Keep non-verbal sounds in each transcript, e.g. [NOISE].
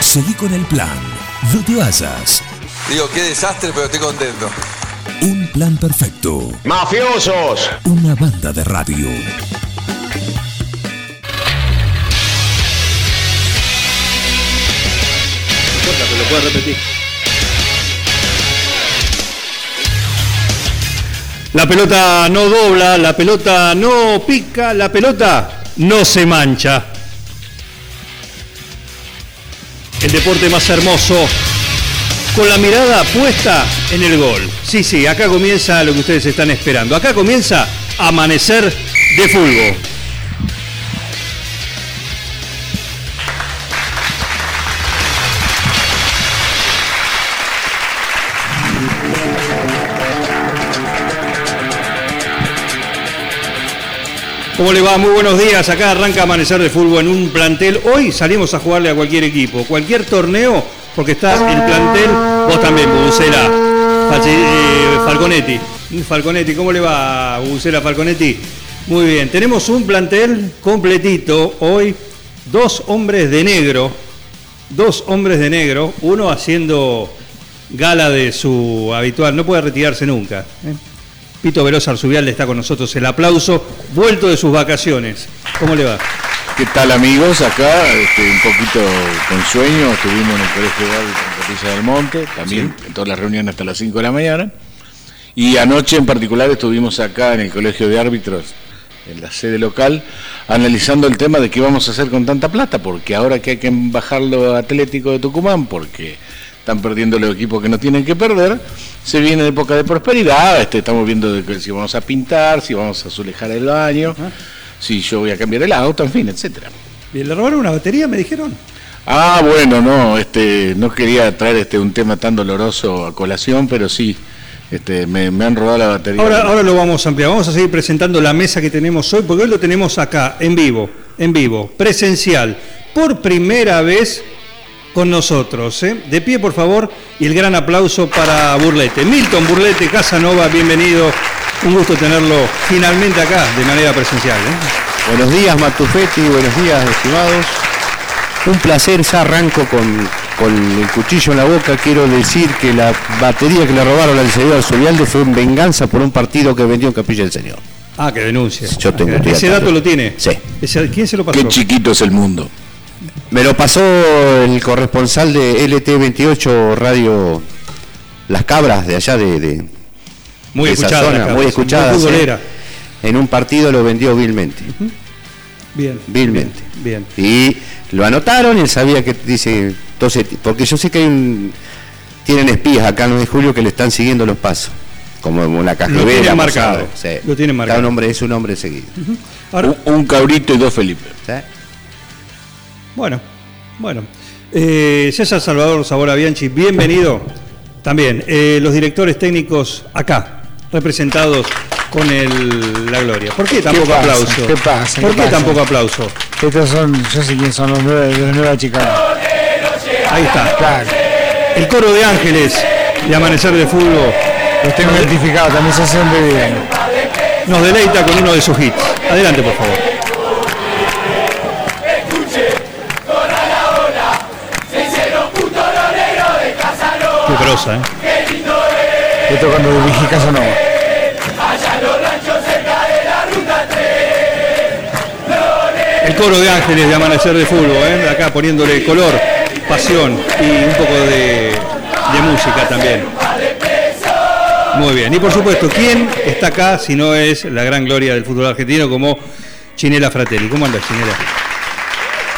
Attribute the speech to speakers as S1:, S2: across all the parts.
S1: Seguí con el plan. No te vayas.
S2: Digo, qué desastre, pero estoy contento.
S1: Un plan perfecto.
S3: ¡Mafiosos!
S1: Una banda de radio.
S4: que lo puedes repetir. La pelota no dobla, la pelota no pica, la pelota no se mancha. El deporte más hermoso, con la mirada puesta en el gol. Sí, sí, acá comienza lo que ustedes están esperando. Acá comienza Amanecer de Fulgo. ¿Cómo le va? Muy buenos días. Acá arranca Amanecer de Fútbol en un plantel. Hoy salimos a jugarle a cualquier equipo, cualquier torneo, porque está el plantel. Vos también, Bucela Falconetti. Falconetti, ¿cómo le va, Bucela Falconetti? Muy bien. Tenemos un plantel completito hoy. Dos hombres de negro. Dos hombres de negro. Uno haciendo gala de su habitual. No puede retirarse nunca. ¿eh? Pito Veloz Arzubial está con nosotros. El aplauso, vuelto de sus vacaciones. ¿Cómo le va?
S5: ¿Qué tal amigos? Acá este, un poquito con sueño, estuvimos en el Colegio Val en Capilla del Monte, también en todas las reuniones hasta las 5 de la mañana. Y anoche en particular estuvimos acá en el Colegio de Árbitros, en la sede local, analizando el tema de qué vamos a hacer con tanta plata, porque ahora que hay que bajarlo a Atlético de Tucumán, porque están perdiendo los equipos que no tienen que perder, se viene época de prosperidad, este, estamos viendo de que si vamos a pintar, si vamos a azulejar el baño, si yo voy a cambiar el auto, en fin, etcétera.
S4: ¿Le robaron una batería, me dijeron?
S5: Ah, bueno, no, este, no quería traer este un tema tan doloroso a colación, pero sí, este, me, me han robado la batería.
S4: Ahora, ahora lo vamos a ampliar. Vamos a seguir presentando la mesa que tenemos hoy, porque hoy lo tenemos acá, en vivo, en vivo, presencial, por primera vez con nosotros. ¿eh? De pie, por favor, y el gran aplauso para Burlete. Milton Burlete, Casanova, bienvenido. Un gusto tenerlo finalmente acá, de manera presencial. ¿eh?
S6: Buenos días, Matufetti, buenos días, estimados. Un placer, ya arranco con, con el cuchillo en la boca. Quiero decir que la batería que le robaron al señor Solialde fue en venganza por un partido que vendió en Capilla del Señor.
S4: Ah, que denuncia.
S6: Yo tengo- estoy
S4: Ese
S6: al
S4: dato
S6: tanto.
S4: lo tiene.
S6: Sí.
S4: Ese- ¿Quién se lo pasó?
S5: Qué chiquito es el mundo.
S6: Me lo pasó el corresponsal de LT28 Radio Las Cabras, de allá de, de-
S4: muy
S6: de esa
S4: escuchado.
S6: zona,
S4: la
S6: muy
S4: Carlos,
S6: escuchada. sí.
S4: futbolera.
S6: En un partido lo vendió vilmente.
S4: Bien.
S6: Vilmente.
S4: Bien.
S6: Y lo anotaron, él sabía que dice, entonces, porque yo sé que hay un, tienen espías acá no de Julio que le están siguiendo los pasos, como una cajera.
S4: tienen marcado, lo tienen marcado.
S6: Cada nombre es un hombre seguido.
S4: Ahora,
S5: Un, un cabrito y dos Felipe.
S6: ¿sí?
S4: Bueno, bueno. Eh, César Salvador Sabora Bianchi, bienvenido. También eh, los directores técnicos acá, representados con el- la gloria. ¿Por qué tampoco
S7: pasa?
S4: aplauso?
S7: ¿Qué pasa?
S4: ¿Por
S7: ¿Qué
S4: qué
S7: pasa?
S4: tampoco aplauso?
S7: Estos son, yo sé quién son los nueve, los nueve de Chicago.
S4: Ahí está.
S7: Claro,
S4: El coro de ángeles de Amanecer de Fútbol
S7: los tengo identificados, también se hacen de bien.
S4: nos deleita con uno de sus hits. Adelante, por favor. Qué grosa, ¿eh?
S7: Esto cuando dirigí Casanova.
S4: El coro de ángeles de Amanecer de Fulgo, ¿eh? acá poniéndole color, pasión y un poco de, de música también. Muy bien, y por supuesto, ¿quién está acá si no es la gran gloria del fútbol argentino como Chinela Fratelli? ¿Cómo anda Chinela?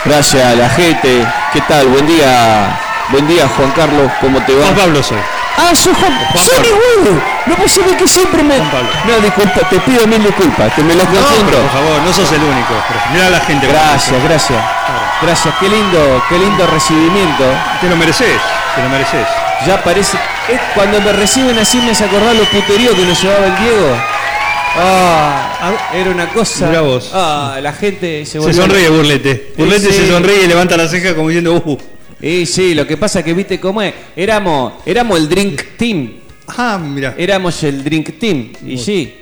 S8: Gracias a la gente. ¿Qué tal? Buen día. Buen día, Juan Carlos. ¿Cómo te
S4: Juan
S8: va?
S4: Pablo soy.
S8: Ah, soy Juan, soy mi huevo. No posible que siempre me.
S4: Juan Pablo.
S8: No, disculpa, te pido mil disculpas. Te me las concentro.
S4: Por favor, no sos el único. Mirá a la gente.
S8: gracias, gracias. Gracias. Qué lindo, qué lindo recibimiento.
S4: Te lo mereces, te lo mereces.
S8: Ya parece. eh, Cuando me reciben así me hace acordar los puteríos que nos llevaba el Diego. Ah, era una cosa.
S4: Mirá vos.
S8: Ah, la gente se
S4: Se
S8: volvió.
S4: sonríe Burlete. Burlete
S8: Sí.
S4: se sonríe y levanta la ceja como diciendo, uh.
S8: Y sí, lo que pasa que viste cómo es. Éramos, éramos el drink team.
S4: Ah, mirá.
S8: Éramos el Drink Team, y sí.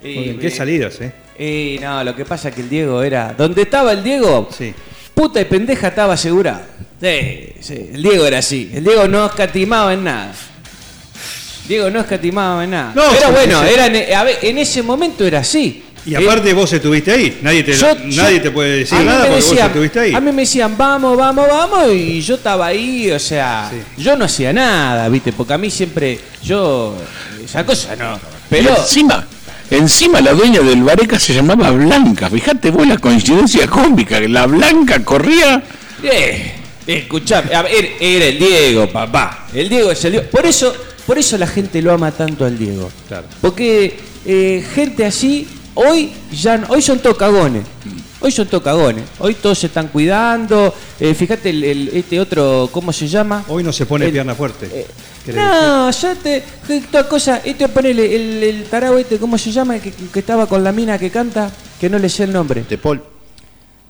S4: Muy bien,
S8: Y-
S4: Qué salidas, eh.
S8: Y no, lo que pasa es que el Diego era. Donde estaba el Diego,
S4: Sí.
S8: puta y pendeja estaba segura. Sí, sí, el Diego era así. El Diego no escatimaba en nada. Diego no escatimaba en nada.
S4: No,
S8: Pero
S4: sí,
S8: bueno,
S4: sí.
S8: era en, a ver, en ese momento era así.
S4: Y
S8: Eh,
S4: aparte vos estuviste ahí, nadie te,
S8: yo-
S4: nadie
S8: yo-
S4: te puede decir
S8: Eh, a mí
S4: nada
S8: me
S4: porque
S8: decían-
S4: vos estuviste ahí.
S8: A mí me decían, vamos, vamos, vamos, y yo estaba ahí, o sea,
S4: Sí.
S8: yo no hacía nada, ¿viste? Porque a mí siempre, yo, esa cosa no. Pero,
S3: Y encima, encima la dueña del Vareca se llamaba Blanca. Fíjate vos la coincidencia cómica. que La Blanca corría.
S8: eh, escuchame, a ver, era el Diego, papá. El Diego es el Diego. Por eso, por eso la gente lo ama tanto al Diego.
S4: Claro.
S8: Porque eh, gente así, hoy ya no- hoy son todos cagones. Hoy son todos cagones. Hoy todos se están cuidando. Eh, fíjate el- el- este otro, ¿cómo se llama?
S4: Hoy no se pone
S8: El-
S4: pierna fuerte.
S8: Eh,
S4: ¿Querés
S8: no, ya te. te- Toda cosa. Este ponele el, el tarado este, ¿cómo se llama? El que, que estaba con la mina que canta, que no le sé el nombre.
S6: De Paul.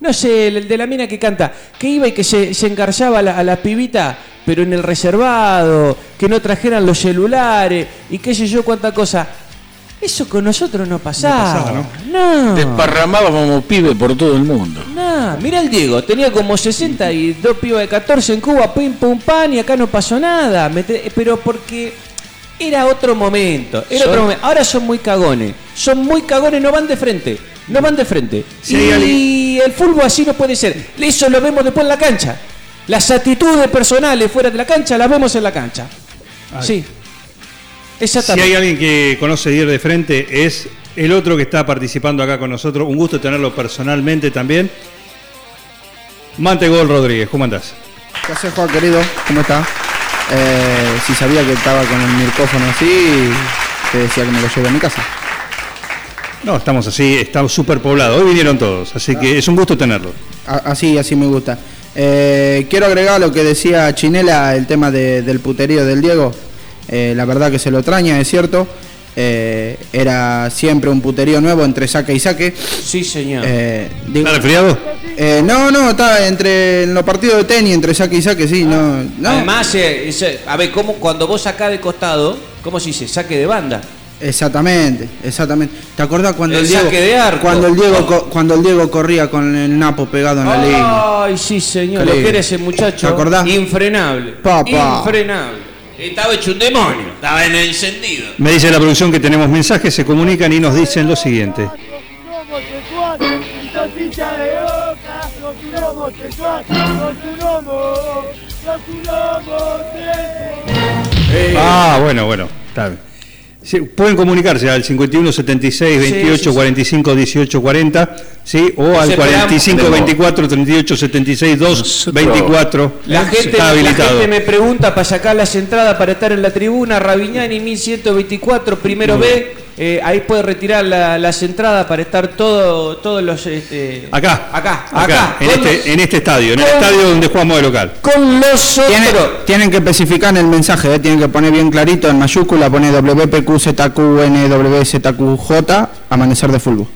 S8: No sé, el, el de la mina que canta, que iba y que se, se engarchaba a la, a la pibita, pero en el reservado, que no trajeran los celulares y qué sé yo cuánta cosa. Eso con nosotros no pasaba. No,
S4: No
S8: no.
S3: Desparramaba como pibe por todo el mundo.
S8: Mirá el Diego, tenía como 60 y dos pibas de 14 en Cuba, pim, pum, pan, y acá no pasó nada. Me te- Pero porque era otro momento, era
S3: Son-
S8: otro momento. Ahora son muy cagones, son muy cagones, no van de frente, no van de frente.
S4: Si hay
S8: y
S4: alguien-
S8: y el fútbol así no puede ser. Eso lo vemos después en la cancha. Las actitudes personales fuera de la cancha las vemos en la cancha. Sí.
S4: Si hay
S8: Exactamente.
S4: alguien que conoce ir de frente es el otro que está participando acá con nosotros. Un gusto tenerlo personalmente también. Mantegol Rodríguez, ¿cómo andás?
S9: ¿Qué haces, Juan, querido? ¿Cómo estás? Eh, si sabía que estaba con el micrófono así, te decía que me lo lleve a mi casa.
S4: No, estamos así, está súper poblado. Hoy vinieron todos, así que es un gusto tenerlo.
S9: A- así, así me gusta. Eh, quiero agregar lo que decía Chinela, el tema de- del puterío del Diego. Eh, la verdad que se lo traña, es cierto. Eh, era siempre un puterío nuevo entre saque y saque.
S8: Sí, señor.
S9: Eh, digo-
S4: ¿Está resfriado?
S9: Eh, no, no, está entre en los partidos de tenis, entre saque y saque, sí, no, no.
S8: Además, eh, ese- a ver, ¿cómo, cuando vos sacás de costado, ¿cómo se dice? Saque de banda.
S9: Exactamente, exactamente. ¿Te acordás cuando
S8: El
S9: el, Diego
S8: saque de arco.
S9: cuando el Diego co- cuando el Diego corría con el Napo pegado
S8: Ah.
S9: en la línea?
S8: Ay, sí, señor. Lo
S9: Qué
S8: que era
S9: lindo.
S8: ese muchacho.
S9: ¿Te acordás?
S8: Infrenable.
S9: Papá.
S8: Infrenable. Estaba hecho un demonio. Estaba en el encendido.
S4: Me dice la producción que tenemos mensajes, se comunican y nos dicen lo siguiente. Ah, bueno, bueno, está bien. Sí, pueden comunicarse al 51 76 28
S8: Sí, sí, sí.
S4: 45 18 40, ¿sí? O al
S8: esperamos.
S4: 45 24 38 76 2 24.
S8: La
S4: ¿eh?
S8: gente,
S4: está
S8: la
S4: habilitado.
S8: gente me pregunta para sacar las entradas para estar en la tribuna, Raviñani 1124, primero B, eh, ahí puede retirar la- las entradas para estar todo, todos los... este,
S4: Acá,
S8: acá, acá,
S4: en,
S8: con
S4: este,
S8: los-
S4: en este estadio, en el
S8: con-
S4: estadio donde jugamos de local.
S8: Con los
S9: Tienen,
S8: otros.
S9: tienen que especificar en el mensaje, eh, tienen que poner bien clarito en mayúscula, poner WPQZQNWZQJ, amanecer de fútbol.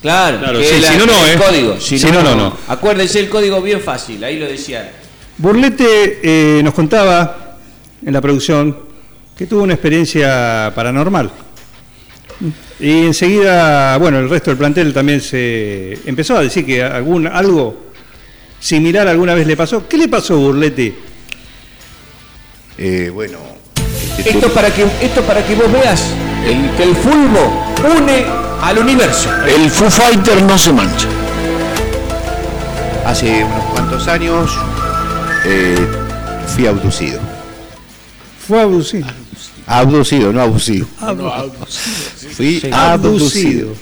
S8: Claro,
S4: Claro,
S8: que
S4: sí,
S8: la-
S4: si no, no,
S8: el
S4: eh.
S8: código. Si, no, no,
S4: no.
S8: Acuérdense el código bien fácil, ahí lo decían.
S4: Burlete eh, nos contaba en la producción que tuvo una experiencia paranormal. Y enseguida, bueno, el resto del plantel también se empezó a decir que algún, algo similar alguna vez le pasó. ¿Qué le pasó, Burlete?
S5: Eh, bueno, este
S8: Esto
S5: turno-
S8: para que, esto para que vos veas
S3: El-
S8: que el fulbo une al universo.
S3: El Foo Fighter no se mancha.
S5: hace unos cuantos años eh, fui abducido.
S4: Fue abducido.
S5: Abducido, no abusivo. Fui abducido.
S4: Abducido.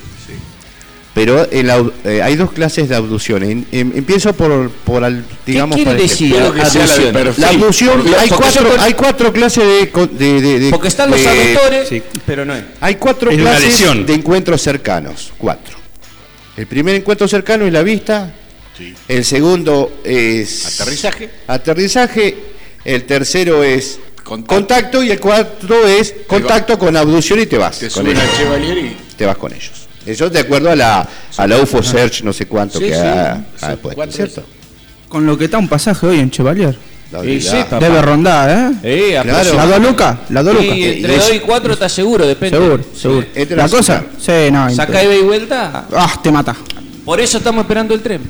S5: Pero el au- eh, hay dos clases de abducciones. En- em- empiezo por, por al- digamos,
S8: quiere
S5: por
S8: decir?
S3: Espero
S5: ejemplo.
S3: que sea la de perfil.
S5: La abducción,
S3: Porque-
S5: hay
S3: porque
S5: cuatro,
S3: yo con-
S5: hay cuatro clases de, co- de- de- de-
S8: Porque están los
S5: de-
S8: aductores,
S4: Eh, sí.
S8: pero no es.
S5: Hay cuatro
S4: Es una
S5: clases
S4: lesión.
S5: de encuentros cercanos. Cuatro. El primer encuentro cercano es la vista. El segundo es.
S3: Aterrizaje.
S5: Aterrizaje. El tercero es.
S3: Contacto.
S5: Contacto. y el cuarto es contacto con abducción y te vas.
S3: Te
S5: con
S3: sube la
S5: ellos.
S3: Chevalier y.
S5: Te vas con ellos. Eso de acuerdo a la, a la UFO Search, no sé cuánto
S3: Sí,
S5: que
S3: sí,
S5: ha,
S3: son
S5: ha puesto,
S3: cuatro.
S5: ¿cierto?
S9: Con lo que está un pasaje hoy en Chevalier.
S5: La
S8: Y sí,
S5: unidad.
S8: papá.
S9: Debe rondar, ¿eh?
S8: Eh,
S5: Claro.
S9: La dos lucas, la dos lucas.
S8: Y
S5: Y
S8: entre
S5: es-
S8: 2 y 4 está seguro, depende.
S9: Seguro, seguro.
S5: Entre
S9: ¿La
S5: las-
S9: cosa? Sí,
S8: Sacá
S9: no. impresionante.
S8: ida y vuelta.
S9: Ah, te mata.
S8: Por eso estamos esperando el tren.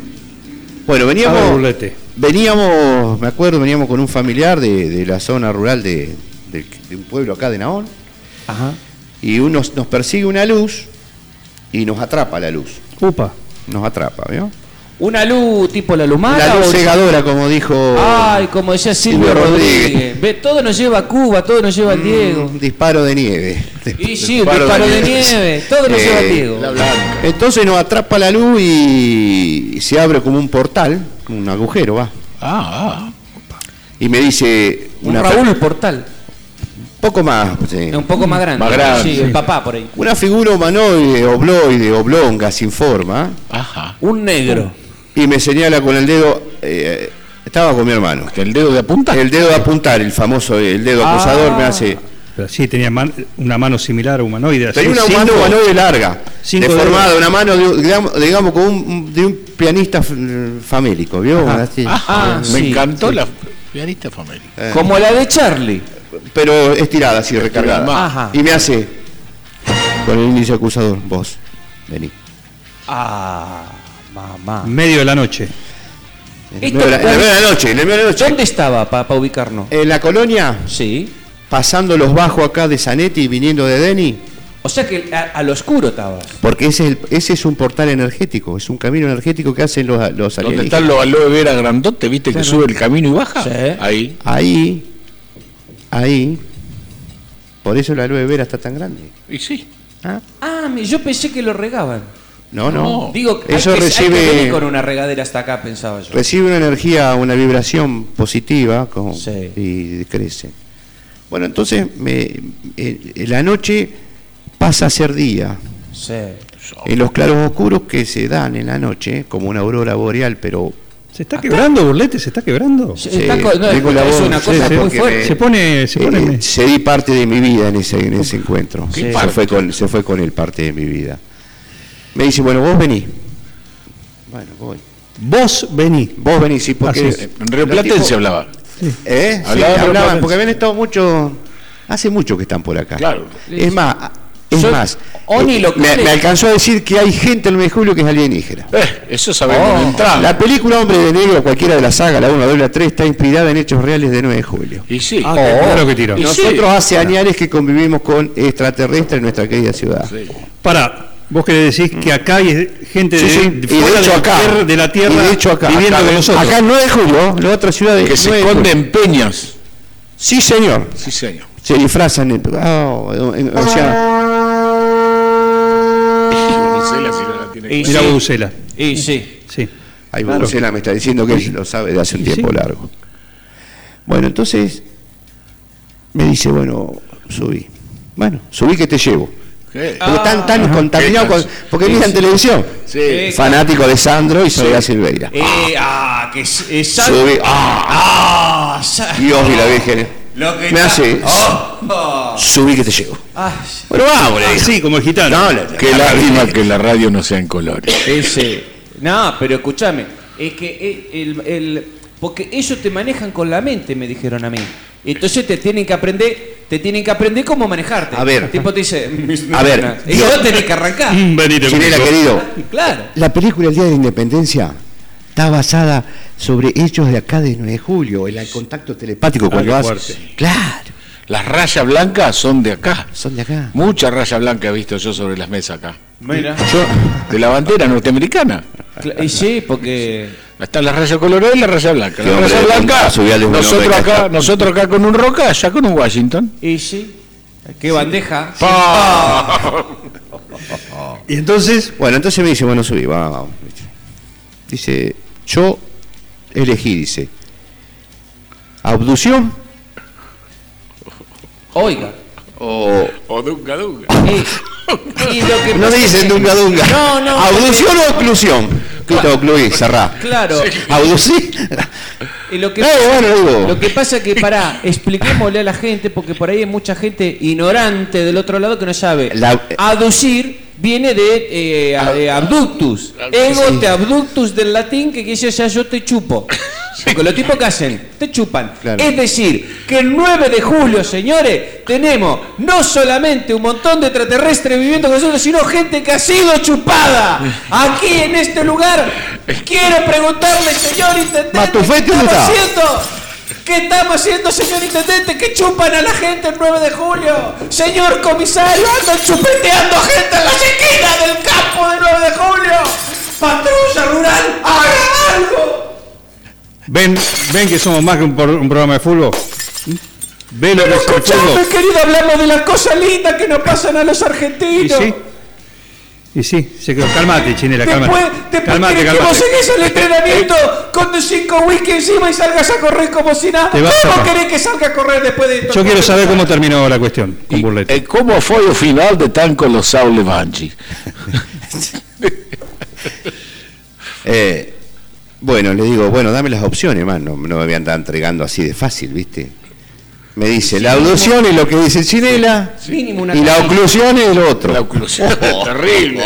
S5: Bueno, veníamos.
S4: Ah, burlete.
S5: Veníamos, me acuerdo, veníamos con un familiar de, de la zona rural de, de- de un pueblo acá de Naón.
S8: Ajá.
S5: Y uno, nos persigue una luz y nos atrapa la luz.
S4: Upa.
S5: Nos atrapa, ¿vio?
S8: ¿Una luz tipo Ah, la lumada?
S5: La luz
S8: o-
S5: cegadora, como dijo.
S8: Ay, como decía Silvio
S5: Silvio
S8: Rodríguez.
S5: Rodríguez. Mm,
S8: Ve, todo nos lleva a Cuba, todo nos lleva al Diego.
S5: Un disparo de nieve.
S8: Y sí, un disparo de nieve, todo nos lleva al Diego.
S5: Eh, Entonces nos atrapa la luz y, y se abre como un portal, como un agujero, va.
S3: Ah, ah.
S5: Y me dice
S8: Un
S5: una
S8: Raúl Portal,
S5: poco más, pues, eh, sí.
S8: es un poco más grande.
S3: Más grande,
S8: Sí,
S3: sí.
S8: el papá por ahí.
S5: una figura humanoide, obloide, oblonga, sin forma,
S3: Ajá.
S8: Un negro.
S5: y me señala con el dedo. eh, estaba con mi hermano.
S3: ¿El dedo de apunta?
S5: El dedo de apuntar, el famoso, eh, el dedo
S8: Ah.
S5: acusador me hace.
S4: Pero sí, tenía man- una mano similar a humanoide. así,
S5: Tenía una
S4: cinco-
S5: mano humanoide larga,
S4: cinco
S5: deformada,
S4: dedos.
S5: una mano, de- digamos, digamos como un, de un pianista f- famélico, ¿vio? Así.
S3: Ajá.
S8: Ah,
S3: me
S8: sí,
S3: encantó la pianista familia.
S5: Eh,
S8: Como la de Charlie.
S5: pero estirada así, recargada.
S8: Ajá.
S5: Y me hace con el índice acusador, vos, vení.
S8: Ah, mamá.
S4: Medio de la noche.
S5: En el
S8: Esto-
S5: medio de la, en el medio de la noche, en el medio de la noche.
S8: ¿Dónde estaba para ubicarnos?
S5: En la colonia,
S8: Sí.
S5: pasando los bajos acá de Zanetti y viniendo de Denny,
S8: O sea que a- al oscuro estabas.
S5: porque ese es, el- ese es un portal energético, es un camino energético que hacen los, los
S3: ¿Dónde
S5: alienígenas.
S3: están los aloe vera grandote? ¿Viste que sube el camino y baja?
S8: Sí.
S3: Ahí.
S5: Ahí, ahí, por eso la aloe vera está tan grande.
S3: Y sí.
S5: ¿Ah?
S8: Ah, mi- yo pensé que lo regaban.
S5: No, no.
S3: No.
S8: Digo, hay
S5: eso
S8: que- hay que venir
S5: recibe, Pues,
S8: con una regadera hasta acá, pensaba yo.
S5: recibe una energía, una vibración positiva como-
S8: Sí.
S5: y crece. Bueno, entonces me- eh, la noche pasa a ser día.
S8: Sí.
S5: En Eh, los claros oscuros que se dan en la noche, como una aurora boreal, pero
S4: ¿Se está quebrando, burlete? ¿Se está quebrando?
S8: Sí,
S5: Sí,
S8: está co- no,
S5: tengo la
S8: es
S5: voz,
S8: una
S5: sí,
S8: cosa
S5: sí,
S8: muy
S5: porque
S8: fuerte.
S5: me-
S4: Se pone. Se pone
S5: Eh, cedí parte de mi vida en ese, en ese encuentro.
S3: ¿Qué
S5: se,
S3: parte?
S5: fue con, se fue con él parte de mi vida. Me dice, bueno, vos vení. Bueno, voy.
S4: Vos vení.
S5: Vos venís, sí, porque...
S4: Así es.
S5: eh,
S3: En Río Platense
S5: los tipos-
S3: hablaba.
S5: ¿Eh? Sí,
S3: Hablaba de
S5: hablaban,
S3: Platense.
S5: porque habían estado mucho... Hace mucho que están por acá.
S3: Claro.
S5: Es más, es
S8: Yo-
S5: más...
S8: Oni
S5: eh,
S8: lo
S5: me,
S8: come.
S5: me alcanzó a decir que hay gente en el mes de julio que es alienígena.
S3: Eh, eso sabemos de entrada.
S5: Oh. La película Hombre de Negro, cualquiera de la saga, la 1, la 2, la 3, está inspirada en hechos reales de 9 de julio.
S3: Y sí.
S4: Ah, claro que tiró.
S3: Y sí.
S5: Nosotros hace años que convivimos con extraterrestres en nuestra querida ciudad.
S3: Sí.
S4: Pará. Vos querés decir que acá hay gente
S5: Sí,
S4: de,
S5: sí,
S4: de fuera de, la tierra, de la tierra
S5: y de hecho acá,
S4: viviendo
S5: acá,
S4: con nosotros.
S5: acá el 9 de julio, la otra ciudad de
S3: Que se
S5: 9 de
S3: esconde
S5: julio.
S3: en peñas.
S5: Sí, señor.
S3: Sí, señor. [LAUGHS]
S5: Se disfrazan. en- ah, o- en- o sea,
S3: [LAUGHS]
S4: [LAUGHS]
S3: Gisela, si no la tiene
S8: Y
S4: Mirá
S8: sí,
S4: Bucela.
S8: Y sí.
S4: Sí.
S5: ahí Bucela me está diciendo que él lo sabe de hace un
S4: Sí, sí.
S5: tiempo largo. Bueno, entonces me dice, bueno, subí. Bueno, subí que te llevo.
S3: ¿Qué?
S5: Porque están tan
S3: Qué
S5: contaminados con-
S3: canso-
S5: porque
S3: sí,
S5: miran
S3: sí.
S5: televisión. eh,
S3: Sí.
S5: Fanático de Sandro y Soledad Silveira.
S8: Eh, ah, que es, es sal-
S5: Subí. Ah,
S8: Ah, sa-
S5: Dios y la Virgen.
S8: Lo que
S5: me
S8: está-
S5: hace.
S8: Oh, oh.
S5: Subí que te llevo.
S8: Ah,
S5: Bueno, vamos, le
S4: Ah,
S5: dije.
S4: sí, como el gitano.
S5: No, la-
S3: Qué lástima que la radio no sea en colores.
S8: ese. No, pero escúchame. Es que eh, el, el- porque ellos te manejan con la mente, me dijeron a mí. Entonces te tienen que aprender, te tienen que aprender cómo manejarte.
S5: A ver.
S8: El tipo te dice, mis
S5: A ver.
S8: neuronas. [LAUGHS] Y vos tenés
S5: [LAUGHS]
S8: que arrancar.
S4: Mm, venite
S5: Chinela,
S4: conmigo.
S5: querido.
S8: Claro.
S5: La película El Día de la Independencia está basada sobre hechos de acá de 9 de julio, el contacto telepático cuando
S4: qué
S5: vas.
S4: fuerte.
S5: Claro,
S3: Las rayas blancas son de acá.
S5: son de acá.
S3: Mucha raya blanca he visto yo sobre las mesas acá.
S8: Mira.
S3: Yo, de la bandera norteamericana.
S8: Cla- Y sí, porque
S3: Están las rayas coloradas y la raya blanca.
S5: Qué
S3: La
S5: hombre
S3: raya
S5: de
S3: blanca,
S5: punta, subí al de un
S3: nosotros
S5: hombre que
S3: acá,
S5: está-
S3: nosotros acá con un roca, allá con un Washington.
S8: y sí. Qué bandeja.
S4: Y entonces,
S5: Bueno, entonces me dice, bueno, subí, vamos, vamos. Dice, yo elegí, dice, abducción
S8: Oiga.
S5: o...
S3: O dunga dunga.
S8: Eh, y lo que
S5: No
S8: pasa es
S5: dicen
S8: que-
S5: dunga dunga.
S8: No, no.
S5: ¿Abducción o oclusión? ¿Qué te ocluís?
S8: [LAUGHS]
S5: Cerrá.
S8: Claro.
S5: ¿Abducí?
S8: Y lo que,
S5: No, bueno, digo.
S8: lo que pasa es que, pará, expliquémosle a la gente, porque por ahí hay mucha gente ignorante del otro lado que no sabe.
S5: La-
S8: Aducir viene de, eh, a- de abductus. Ego te abductus del latín que quiere decir, o sea, yo te chupo. Porque los tipos que hacen, te chupan.
S6: Claro.
S8: Es decir, que el 9 de julio, señores, tenemos no solamente un montón de extraterrestres viviendo con nosotros, sino gente que ha sido chupada aquí en este lugar. Quiero preguntarle, señor intendente, ¿qué
S6: Matufetti, ¿dónde
S8: estamos
S6: está?
S8: haciendo? ¿Qué estamos haciendo, señor intendente? ¿Qué chupan a la gente el 9 de julio? Señor comisario, andan chupeteando gente en las esquinas del campo del 9 de julio. Patrulla rural, hagan algo.
S4: ¿Ven, ven que somos más que un, por- un programa de fútbol? ¿Ven lo que es el fútbol?
S8: Escuchame, querido, hablamos de las cosas lindas que nos pasan a los
S4: Y
S8: argentinos.
S4: sí. Y sí, se quedó. Calmate, Chinela,
S8: Después,
S4: calmate.
S8: después
S4: Calmate,
S8: querés que vos
S4: calmate. Este, eh, [LAUGHS]
S8: seguís el entrenamiento con cinco whisky encima y salgas a correr como si nada.
S4: Te vas a
S8: ¿Cómo
S4: tapar.
S8: querés que salga a correr después de esto?
S4: Yo quiero saber cómo terminó la cuestión con
S3: Y,
S4: Burletti.
S3: eh, ¿Cómo fue o final de tan colosal Banchi?
S5: Eh, bueno, le digo, bueno, dame las opciones, más no, no me voy a andar entregando así de fácil, ¿viste? Me dice la abducción es lo que dice Chinela
S8: Mínimo una
S5: y la
S8: cajita.
S5: oclusión es lo otro.
S3: La
S5: [LAUGHS]
S8: [LAUGHS]
S3: oclusión terrible.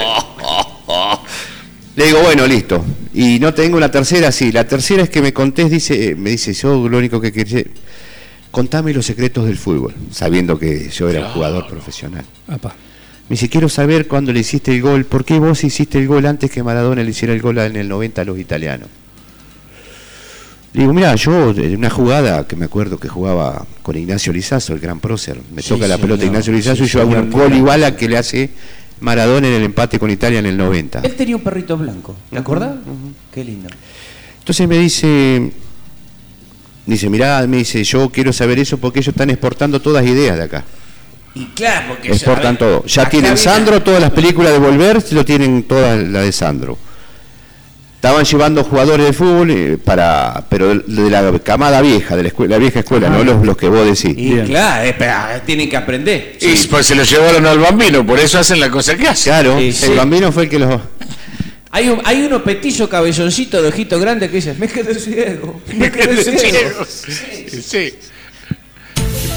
S5: Le digo, bueno, listo. Y no tengo una tercera, sí. La tercera es que me contés, dice, eh, me dice, yo lo único que quería. Contame los secretos del fútbol, sabiendo que yo era un jugador profesional.
S4: Apa.
S5: Me dice, quiero saber cuándo le hiciste el gol, por qué vos hiciste el gol antes que Maradona le hiciera el gol en el 90 a los italianos. Le digo, mira, yo en una jugada que me acuerdo que jugaba con Ignacio Lizazo, el gran prócer, me
S8: Sí,
S5: toca la
S8: señor.
S5: pelota Ignacio Lizazo
S8: Sí,
S5: y yo hago
S8: señor.
S5: un gol igual a que le hace Maradona en el empate con Italia en el 90.
S8: Él tenía un perrito blanco, ¿te acordás? Qué lindo.
S5: Entonces me dice, dice, mirá, me dice, yo quiero saber eso porque ellos están exportando todas ideas de acá.
S8: Y claro, porque ya-
S5: Exportan todo. Ya
S8: acá
S5: tienen
S8: viene-
S5: Sandro, todas las películas de Volver, lo tienen todas la de Sandro. Estaban llevando jugadores de fútbol eh, para, pero de- de la camada vieja, de la, escuela, la vieja escuela, no los, los que vos decís.
S8: Y claro, eh, pero tienen que aprender.
S3: Y pues se lo llevaron al bambino, por eso hacen la cosa que hacen.
S5: claro,
S8: Sí,
S5: el
S8: sí.
S5: bambino fue el que los.
S8: Hay, un, hay unos petillos cabezoncitos de ojito grande que dicen, me quedé ciego, me quedé ciego.
S3: Sí.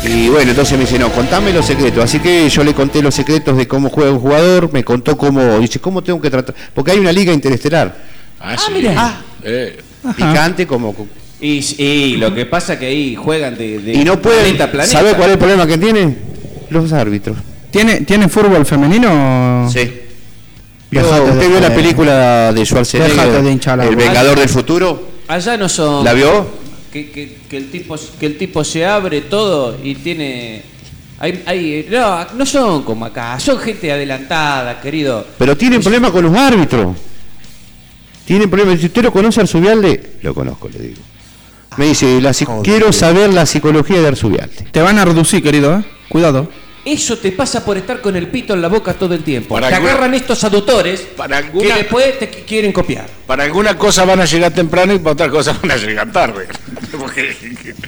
S5: Y bueno, entonces me dice, no, contame los secretos. Así que yo le conté los secretos de cómo juega un jugador, me contó cómo, dice, cómo tengo que tratar. Porque hay una liga interestelar.
S3: Ah, sí.
S8: mirá.
S3: Eh,
S5: picante como
S8: Y, y lo que pasa que ahí juegan de, de
S5: y no pueden
S8: planeta a planeta.
S5: saber cuál es el problema que tiene los árbitros
S9: ¿Tiene, ¿Tiene fútbol femenino?
S5: sí
S9: Dejate de
S5: usted vio la
S7: eh,
S9: joder.
S5: película de
S9: Dejate
S5: Schwarzenegger
S9: de hinchar la
S5: el
S9: bola.
S5: vengador del futuro
S8: Allá no son...
S5: la vio
S8: Que, que- que el tipo, que el tipo se abre todo y tiene... hay- hay- no, no son como acá, son gente adelantada, querido.
S5: pero tienen problemas con los árbitros tienen problemas si usted lo conoce a Arzubialde lo conozco le digo me dice la psi- quiero saber la psicología de Arzubialde
S9: Te van a reducir, querido, ¿eh? Cuidado.
S8: Eso te pasa por estar con el pito en la boca todo el tiempo.
S3: Para
S8: te
S3: alguna-
S8: agarran estos aductores
S3: Para
S8: que
S3: alguna-
S8: después te qu- quieren copiar.
S3: para alguna cosa van a llegar temprano y para otra cosa van a llegar tarde. [LAUGHS] Porque-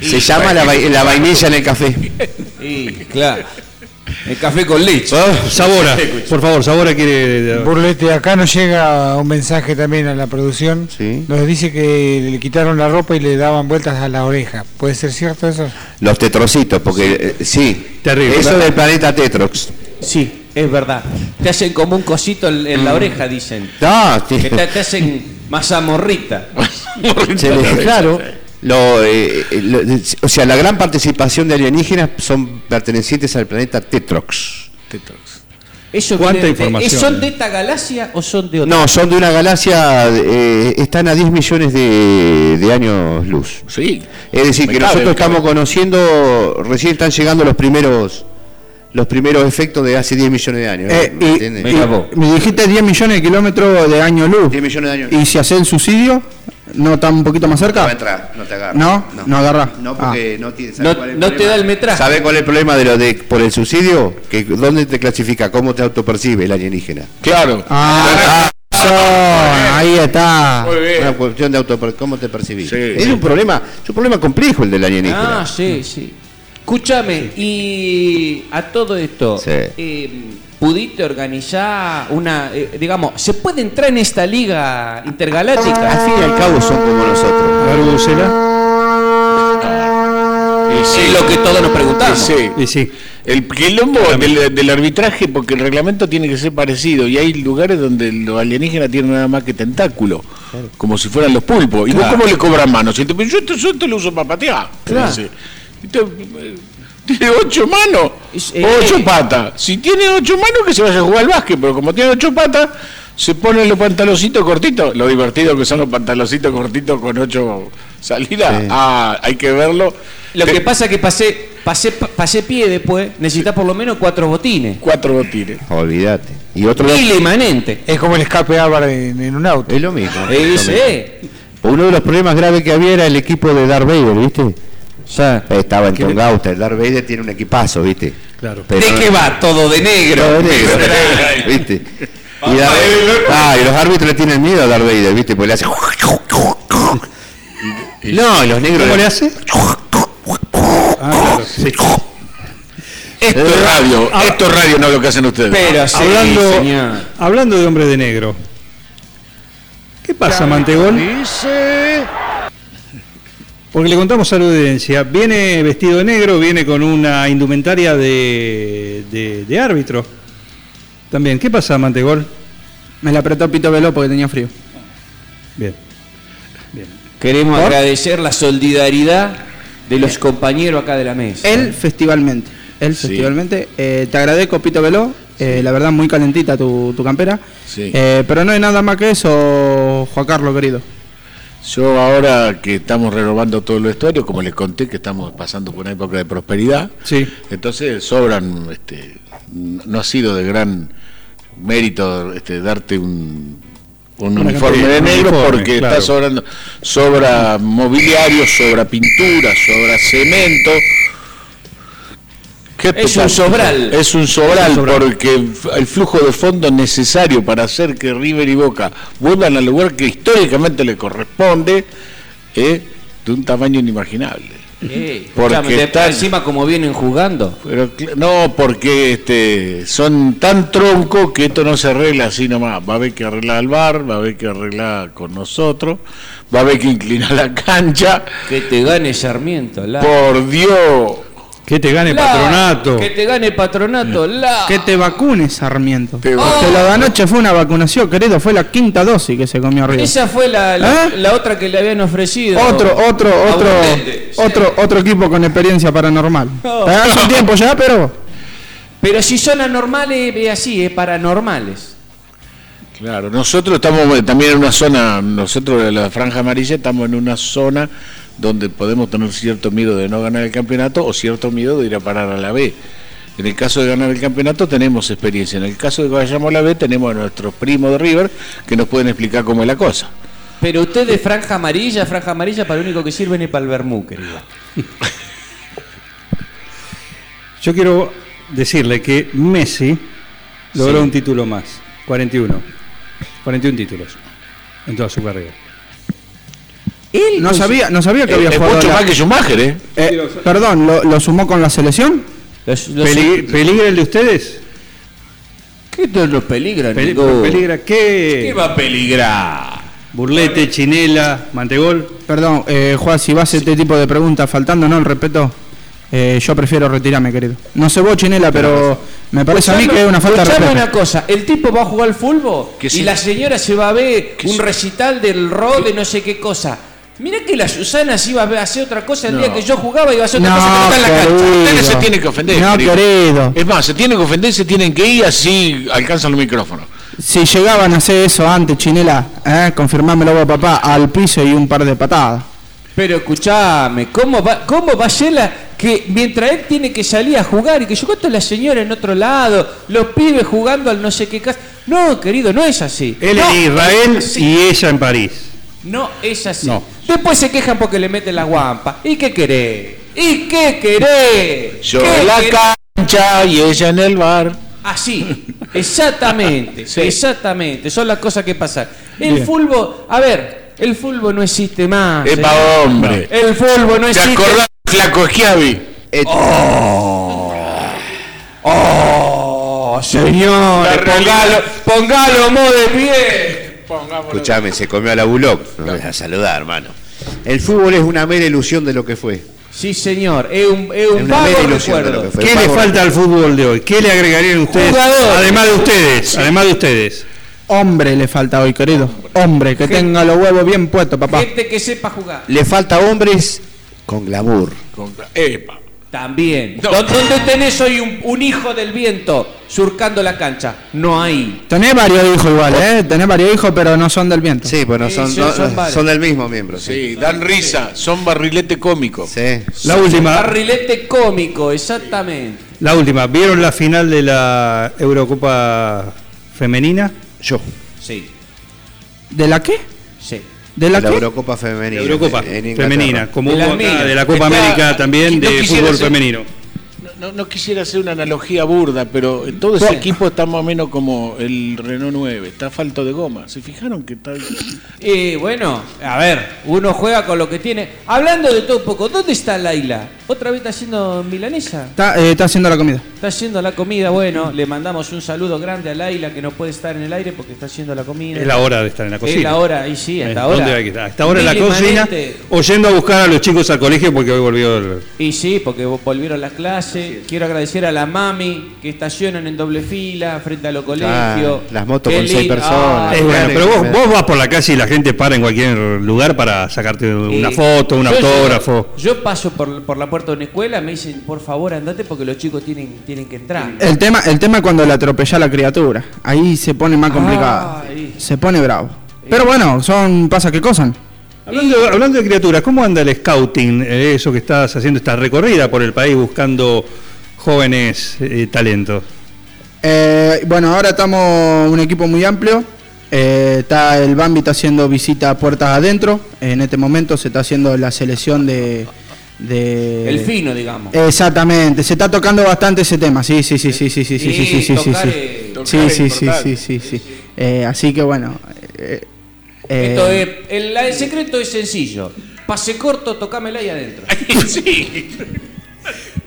S5: se llama
S3: [LAUGHS]
S5: la, vai- la vainilla en el café
S8: Y claro. El café con leche.
S4: Sabora, por favor, Sabora quiere.
S7: Burlete, acá nos llega un mensaje también a la producción.
S5: Sí.
S7: Nos dice que le quitaron la ropa y le daban vueltas a la oreja. ¿Puede ser cierto eso?
S5: los tetrocitos porque eh, sí
S4: Terrible.
S5: eso del planeta Tetrox
S8: Sí, es verdad. Te hacen como un cosito en, en la oreja, dicen.
S5: no,
S8: Que te, te hacen mazamorrita.
S5: Se les- claro. Lo, eh, eh, lo- eh, o sea, la gran participación de alienígenas son pertenecientes al planeta Tetrox.
S8: Eso
S4: ¿Cuánta
S8: quiere-
S4: información?
S8: eh, ¿Son de esta galaxia o son de otra?
S5: No, son de una galaxia, eh, están a 10 millones de, de años luz.
S3: Sí.
S5: Es decir,
S3: Me
S5: que
S3: cabe,
S5: nosotros
S3: me cabe.
S5: estamos conociendo, recién están llegando los primeros los primeros efectos de hace 10 millones de años.
S9: Eh,
S5: ¿me
S9: y,
S5: entiendes?
S9: y- me dijiste 10 millones de kilómetros de año luz.
S5: 10 millones de años.
S9: ¿Y si hacen suicidio? ¿No está un poquito más
S5: No va a
S9: cerca?
S5: entrar, no te agarra.
S9: No, no agarra. Ah.
S5: No, porque no tiene. ¿sabe
S8: No-
S5: cuál es
S8: no te
S5: problema?
S8: da el metraje.
S5: ¿Sabe cuál es el problema de lo de por el subsidio? Que, ¿Dónde te clasifica? ¿Cómo te autopercibe el alienígena?
S3: Claro. ah,
S9: Ah, razón, ahí
S4: Ah.
S9: está.
S3: Muy bien.
S5: Una cuestión de autoper ¿Cómo te percibís?
S3: Sí.
S5: Es un problema, es un problema complejo el del alienígena.
S8: Ah, sí, sí. Escúchame, y a todo esto,
S5: Sí.
S8: eh, ¿pudiste organizar una, eh, digamos, ¿se puede entrar en esta liga
S5: Al
S8: intergaláctica?
S5: fin y al cabo son como
S4: A
S5: nosotros.
S4: ver, Bucela.
S3: Y sí.
S8: Es lo que todos nos preguntamos.
S3: Y sí.
S4: Y sí.
S3: El quilombo del, del arbitraje, porque el reglamento tiene que ser parecido, y hay lugares donde los alienígenas tienen nada más que tentáculo, como si fueran los pulpos. ¿Y vos cómo le cobran manos? Y te yo esto, yo esto lo uso para patear. te
S8: Claro.
S3: dice. Y te- tiene ocho manos,
S8: Es-
S3: o ocho
S8: eh.
S3: patas. Si tiene ocho manos, que se vaya a jugar al básquet, pero como tiene ocho patas, se pone los pantaloncitos cortitos. Lo divertido que son los pantaloncitos cortitos con ocho salidas.
S5: Sí.
S3: Ah, hay que verlo.
S8: Lo
S3: Te-
S8: que pasa es que pasé, pasé, pasé pie después, necesitas por lo menos cuatro botines.
S3: Cuatro botines.
S5: Olvídate. Y otro
S8: Mil emanente.
S7: Es como el escape Álvarez en, en un auto.
S5: es lo mismo. Lo
S8: Eh,
S5: mismo.
S8: dice, eh,
S5: Uno de los problemas graves que había era el equipo de Darth Vader, ¿viste?
S8: ya.
S5: Estaba en Tongauta, el Darth Vader tiene un equipazo, ¿viste?
S4: Claro.
S5: Pero-
S8: ¿De qué va? Todo de negro.
S5: Todo negro, [LAUGHS] ¿viste? Y, Darth Vader- ah, y los árbitros le tienen miedo a Darth Vader, ¿viste? Porque le hace... No, y los negros...
S6: ¿Cómo le hace?
S3: Esto es radio, esto es radio, no lo que hacen ustedes.
S8: Pero sí,
S4: hablando,
S8: señor.
S4: hablando de hombre de negro. ¿Qué pasa, Mantegol? Porque le contamos a la audiencia. Viene vestido de negro, viene con una indumentaria de, de- de árbitro. También, ¿qué pasa, Mantegol?
S9: Me la apretó Pito Veló porque tenía frío.
S4: Bien.
S8: Queremos agradecer la solidaridad de los compañeros acá de la mesa.
S9: Él festivalmente. Él
S3: Sí.
S9: festivalmente. Eh, te agradezco, Pito Veló. Eh, la verdad, muy calentita tu, tu campera.
S3: Sí.
S9: Eh, pero no hay nada más que eso, Juan Carlos, querido.
S3: Yo ahora que estamos renovando todo el vestuario, como les conté que estamos pasando por una época de prosperidad,
S4: Sí.
S3: entonces sobran, este, n- no ha sido de gran mérito este, darte un, un uniforme de negro
S4: uniforme,
S3: porque
S4: claro.
S3: está sobrando, sobra mobiliario, sobra pintura, sobra cemento. ¿Qué te
S8: Es un
S3: pasa?
S8: sobral.
S3: Es un sobral,
S4: Es un sobral.
S3: porque f- el flujo de fondos necesario para hacer que River y Boca vuelvan al lugar que históricamente le corresponde es de un tamaño inimaginable.
S8: Eh,
S3: Porque
S8: escuchame, después
S3: están-
S8: encima como vienen jugando.
S3: Pero cl- no, porque este, son tan troncos que esto no se arregla así nomás. Va a haber que arreglar al bar, va a haber que arreglar con nosotros, va a haber que inclinar la cancha.
S8: Que te gane Sarmiento, la.
S3: Por Dios.
S4: Que te gane
S8: La-
S4: patronato.
S8: Que te gane patronato, la.
S9: Que Mm. te vacunes, Sarmiento.
S3: Te va-
S9: Porque la de anoche fue una vacunación, querido. Fue la quinta dosis que se comió arriba.
S8: Esa fue la, la,
S9: ¿Eh?
S8: la otra que le habían ofrecido.
S9: Otro, otro,
S8: A
S9: otro,
S8: Brunete. Sí.
S9: otro, otro equipo con experiencia paranormal.
S8: No.
S9: Te agarra un tiempo ya, pero
S8: Pero si son anormales, es así, es paranormales.
S3: Claro, nosotros estamos eh, también en una zona, nosotros de la Franja Amarilla estamos en una zona donde podemos tener cierto miedo de no ganar el campeonato o cierto miedo de ir a parar a la B. En el caso de ganar el campeonato tenemos experiencia, en el caso de que vayamos a la B tenemos a nuestros primos de River que nos pueden explicar cómo es la cosa.
S8: Pero usted de franja amarilla, franja amarilla para lo único que sirven es para el vermú, querido.
S4: Yo quiero decirle que Messi logró un título más. 41. 41 títulos en toda su carrera.
S9: no sabía, no sabía que
S3: Eh,
S9: había
S3: es
S9: jugado.
S3: mucho
S9: la-
S3: más que Schumacher, ¿eh?
S9: Eh, perdón, ¿lo, lo sumó con la selección?
S8: Los, los-
S4: Peli- ¿Peligra el de ustedes?
S8: ¿Qué te los peligran?
S4: Peli-
S8: Nico?
S4: ¿Peligra qué?
S3: a peligrar?
S4: Burlete, chinela, mantegol.
S9: Perdón, eh, Juan, si vas a este tipo de preguntas faltando, ¿no? El respeto. eh, yo prefiero retirarme, querido. No sé vos, Chinela, pero me parece a mí que es una falta de
S8: Escuchame
S9: respeto.
S8: una cosa, el tipo va a jugar al fútbol
S3: Que
S8: y
S3: sí.
S8: la señora se va a ver un
S3: sí.
S8: recital del rol de no sé qué cosa. Mirá que la Susana se iba a hacer otra cosa el día que yo jugaba iba a hacer otra
S9: No,
S8: cosa que no está en la cancha.
S9: querido.
S3: Ustedes se tienen que ofender.
S9: No,
S3: querido.
S9: querido.
S3: Es más, se tienen que ofender, se tienen que ir así alcanzan los micrófonos.
S9: Si llegaban a hacer eso antes, Chinela, eh, confirmámelo vos, papá, al piso y un par de patadas.
S8: Pero escuchame, ¿cómo va, cómo va a ser la que mientras él tiene que salir a jugar y que yo cuento a la señora en otro lado, los pibes jugando al no sé qué casa? No, querido, no es así.
S4: Él
S8: No,
S4: en Israel
S8: sí.
S4: y ella en París.
S8: No es así.
S4: No.
S8: Después se quejan porque le meten la guampa. ¿Y qué querés? ¿Y qué querés?
S3: Yo
S8: ¿Qué
S3: en la
S8: querés?
S3: cancha y ella en el bar.
S8: Así,
S3: [LAUGHS]
S8: exactamente, exactamente. Son las cosas que pasan. El fútbol, a ver, el fútbol no existe más.
S3: Epa,
S8: señor.
S3: hombre.
S8: El fútbol no
S3: ¿Te
S8: existe.
S3: acordás, Flaco Schiavi?
S5: Eh,
S8: Oh, señor, pongalo, pongalo mo de pie.
S5: Escuchame, se comió a la Bullock. No me vas a saludar, hermano. El fútbol es una mera ilusión de lo que fue.
S8: Sí, señor. Es un, es
S5: Es
S8: un
S5: una
S8: vago
S5: media ilusión de lo que
S8: recuerdo.
S5: fue.
S4: ¿Qué le
S5: Pago-
S4: falta al fútbol de hoy? ¿Qué le agregarían ustedes?
S8: Jugadores.
S4: Además de ustedes, además de ustedes.
S9: Hombre le falta hoy, querido. Hombre, que tenga los huevos bien puestos, papá.
S8: Gente que sepa jugar.
S5: Le falta hombres con glamour.
S3: Con- Epa.
S8: También.
S3: No.
S8: ¿Dónde dónde tenés hoy un, un hijo del viento surcando la cancha? No hay.
S9: Tenés varios hijos igual, ¿eh? Tenés varios hijos, pero no son del viento.
S5: Sí, bueno,
S8: Sí,
S5: son,
S8: sí,
S5: no-
S8: son varios.
S5: son del mismo miembro. Sí.
S3: Sí, dan risa, son barrilete cómico.
S5: Sí.
S4: La última,
S8: Barrilete cómico, exactamente.
S4: la última. ¿Vieron la final de la Eurocopa femenina?
S5: Yo.
S8: Sí,
S9: ¿De la qué?
S8: sí.
S9: ¿De la,
S5: La
S9: qué?
S5: Eurocopa femenina.
S4: La Eurocopa
S5: en- en Inglaterra.
S4: femenina, como
S8: eh, De
S4: hubo
S8: la
S4: acá
S8: mina.
S4: de la Copa
S3: Está-
S4: América también
S3: no
S4: de
S3: quisiera
S4: fútbol
S3: ser-
S4: femenino.
S3: No, no quisiera hacer una analogía burda, pero todo ese equipo está más o menos como el Renault 9, está falto de goma. ¿Se fijaron que está.?
S8: Y bueno, a ver, uno juega con lo que tiene. Hablando de todo un poco, ¿dónde está Laila? ¿Otra vez está haciendo milanesa?
S9: Está, eh, está haciendo la comida.
S8: Está haciendo la comida, bueno, le mandamos un saludo grande a Laila que no puede estar en el aire porque está haciendo la comida.
S4: Es la hora de estar en la cocina.
S8: Es la hora, y sí, hasta
S4: ¿Dónde
S8: ahora.
S4: hay que estar? Hasta ahora en la
S8: Mil y
S4: cocina,
S8: manete.
S4: o yendo a buscar a los chicos al colegio porque hoy volvió el...
S8: Y sí, porque volvieron las clases. Quiero agradecer a la mami que estacionan en doble fila frente a los colegios.
S5: las motos
S8: Qué
S5: con seis
S8: lindo.
S5: personas.
S8: Ah,
S4: Es bueno,
S5: claro,
S4: pero vos,
S5: me-
S4: vos vas por la calle y la gente para en cualquier lugar para sacarte una
S8: Y
S4: foto, un
S8: yo
S4: autógrafo.
S8: llego- Yo, paso por, por la puerta de una escuela, me dicen, por favor, andate porque los chicos tienen, tienen que entrar.
S9: El tema, el tema es cuando le atropella a la criatura. Ahí se pone más complicado.
S8: Ay.
S9: Se pone bravo. Pero bueno, son pasa que cosan.
S4: Hablando, hablando de criaturas, ¿cómo anda el scouting? eh, eso que estás haciendo, esta recorrida por el país buscando jóvenes eh, talentos.
S9: Eh, bueno, ahora estamos un equipo muy amplio. Eh, está el Bambi está haciendo visita a puertas adentro. En este momento se está haciendo la selección de, de-
S8: El fino, digamos.
S9: eh, Exactamente, se está tocando bastante ese tema. Sí, sí, sí, sí, sí, sí, sí,
S8: Y
S9: sí, sí, sí, sí,
S8: tocar,
S9: sí.
S8: eh,
S3: tocar
S9: Sí,
S3: es
S9: sí, sí,
S3: importante.
S9: sí, sí, sí. Eh, así que bueno. eh, eh,
S8: Esto es, el, la- el secreto es sencillo. Pase corto, tocámela ahí adentro.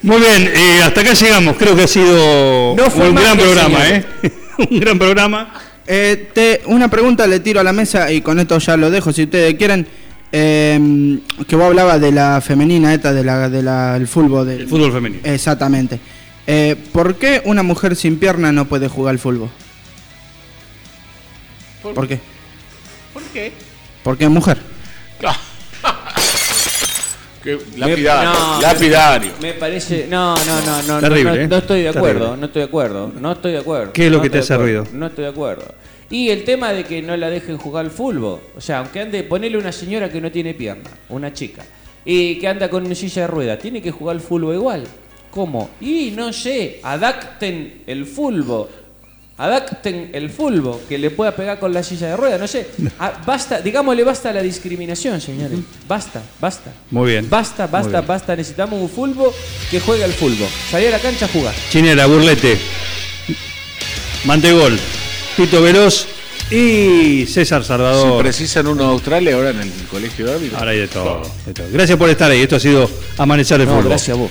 S4: Muy bien, eh, hasta acá llegamos. Creo que ha sido
S8: No fue
S4: un
S8: más
S4: gran
S8: que
S4: programa,
S8: señor.
S4: ¿eh? [LAUGHS] un gran programa.
S9: Eh, te- una pregunta le tiro a la mesa y con esto ya lo dejo. Si ustedes quieren, eh, que vos hablabas de la femenina, esta, de la, de la- el fútbol. De,
S4: El fútbol femenino.
S9: Exactamente. Eh, ¿Por qué una mujer sin pierna no puede jugar al fútbol? ¿Por, qué?
S3: ¿Por qué?
S9: Porque es mujer.
S3: Que- lapidario,
S8: no,
S3: lapidario.
S8: Me parece. No, no, no, no. no,
S4: Terrible,
S8: no,
S4: ¿eh?
S8: no estoy de acuerdo,
S4: Terrible.
S8: no estoy de acuerdo, no estoy de acuerdo.
S4: ¿Qué es lo
S8: no
S4: que te
S8: estoy de
S4: hace
S8: acuerdo,
S4: ruido?
S8: No estoy de acuerdo. Y el tema de que no la dejen jugar al fútbol. O sea, aunque ande, ponele una señora que no tiene pierna, una chica, y que anda con una silla de rueda, tiene que jugar al fútbol igual. ¿Cómo? Y no sé, adapten el fútbol. Adapten el fútbol que le pueda pegar con la silla de rueda, no sé. Ah, basta, digámosle basta a la discriminación, señores. Basta, basta.
S4: Muy bien.
S8: Basta,
S4: Muy
S8: basta,
S4: bien.
S8: basta. Necesitamos un fulbo que juegue al fulbo. Salir a la cancha a jugar.
S4: Chinela, Burlete, Mantegol, Tito Veloz y César
S3: Si
S4: Salvador.
S3: precisan unos australes ahora en el colegio de Ávila.
S4: Ahora hay de todo, de todo. Gracias por estar ahí. Esto ha sido Amanecer de Fútbol.
S8: gracias a vos.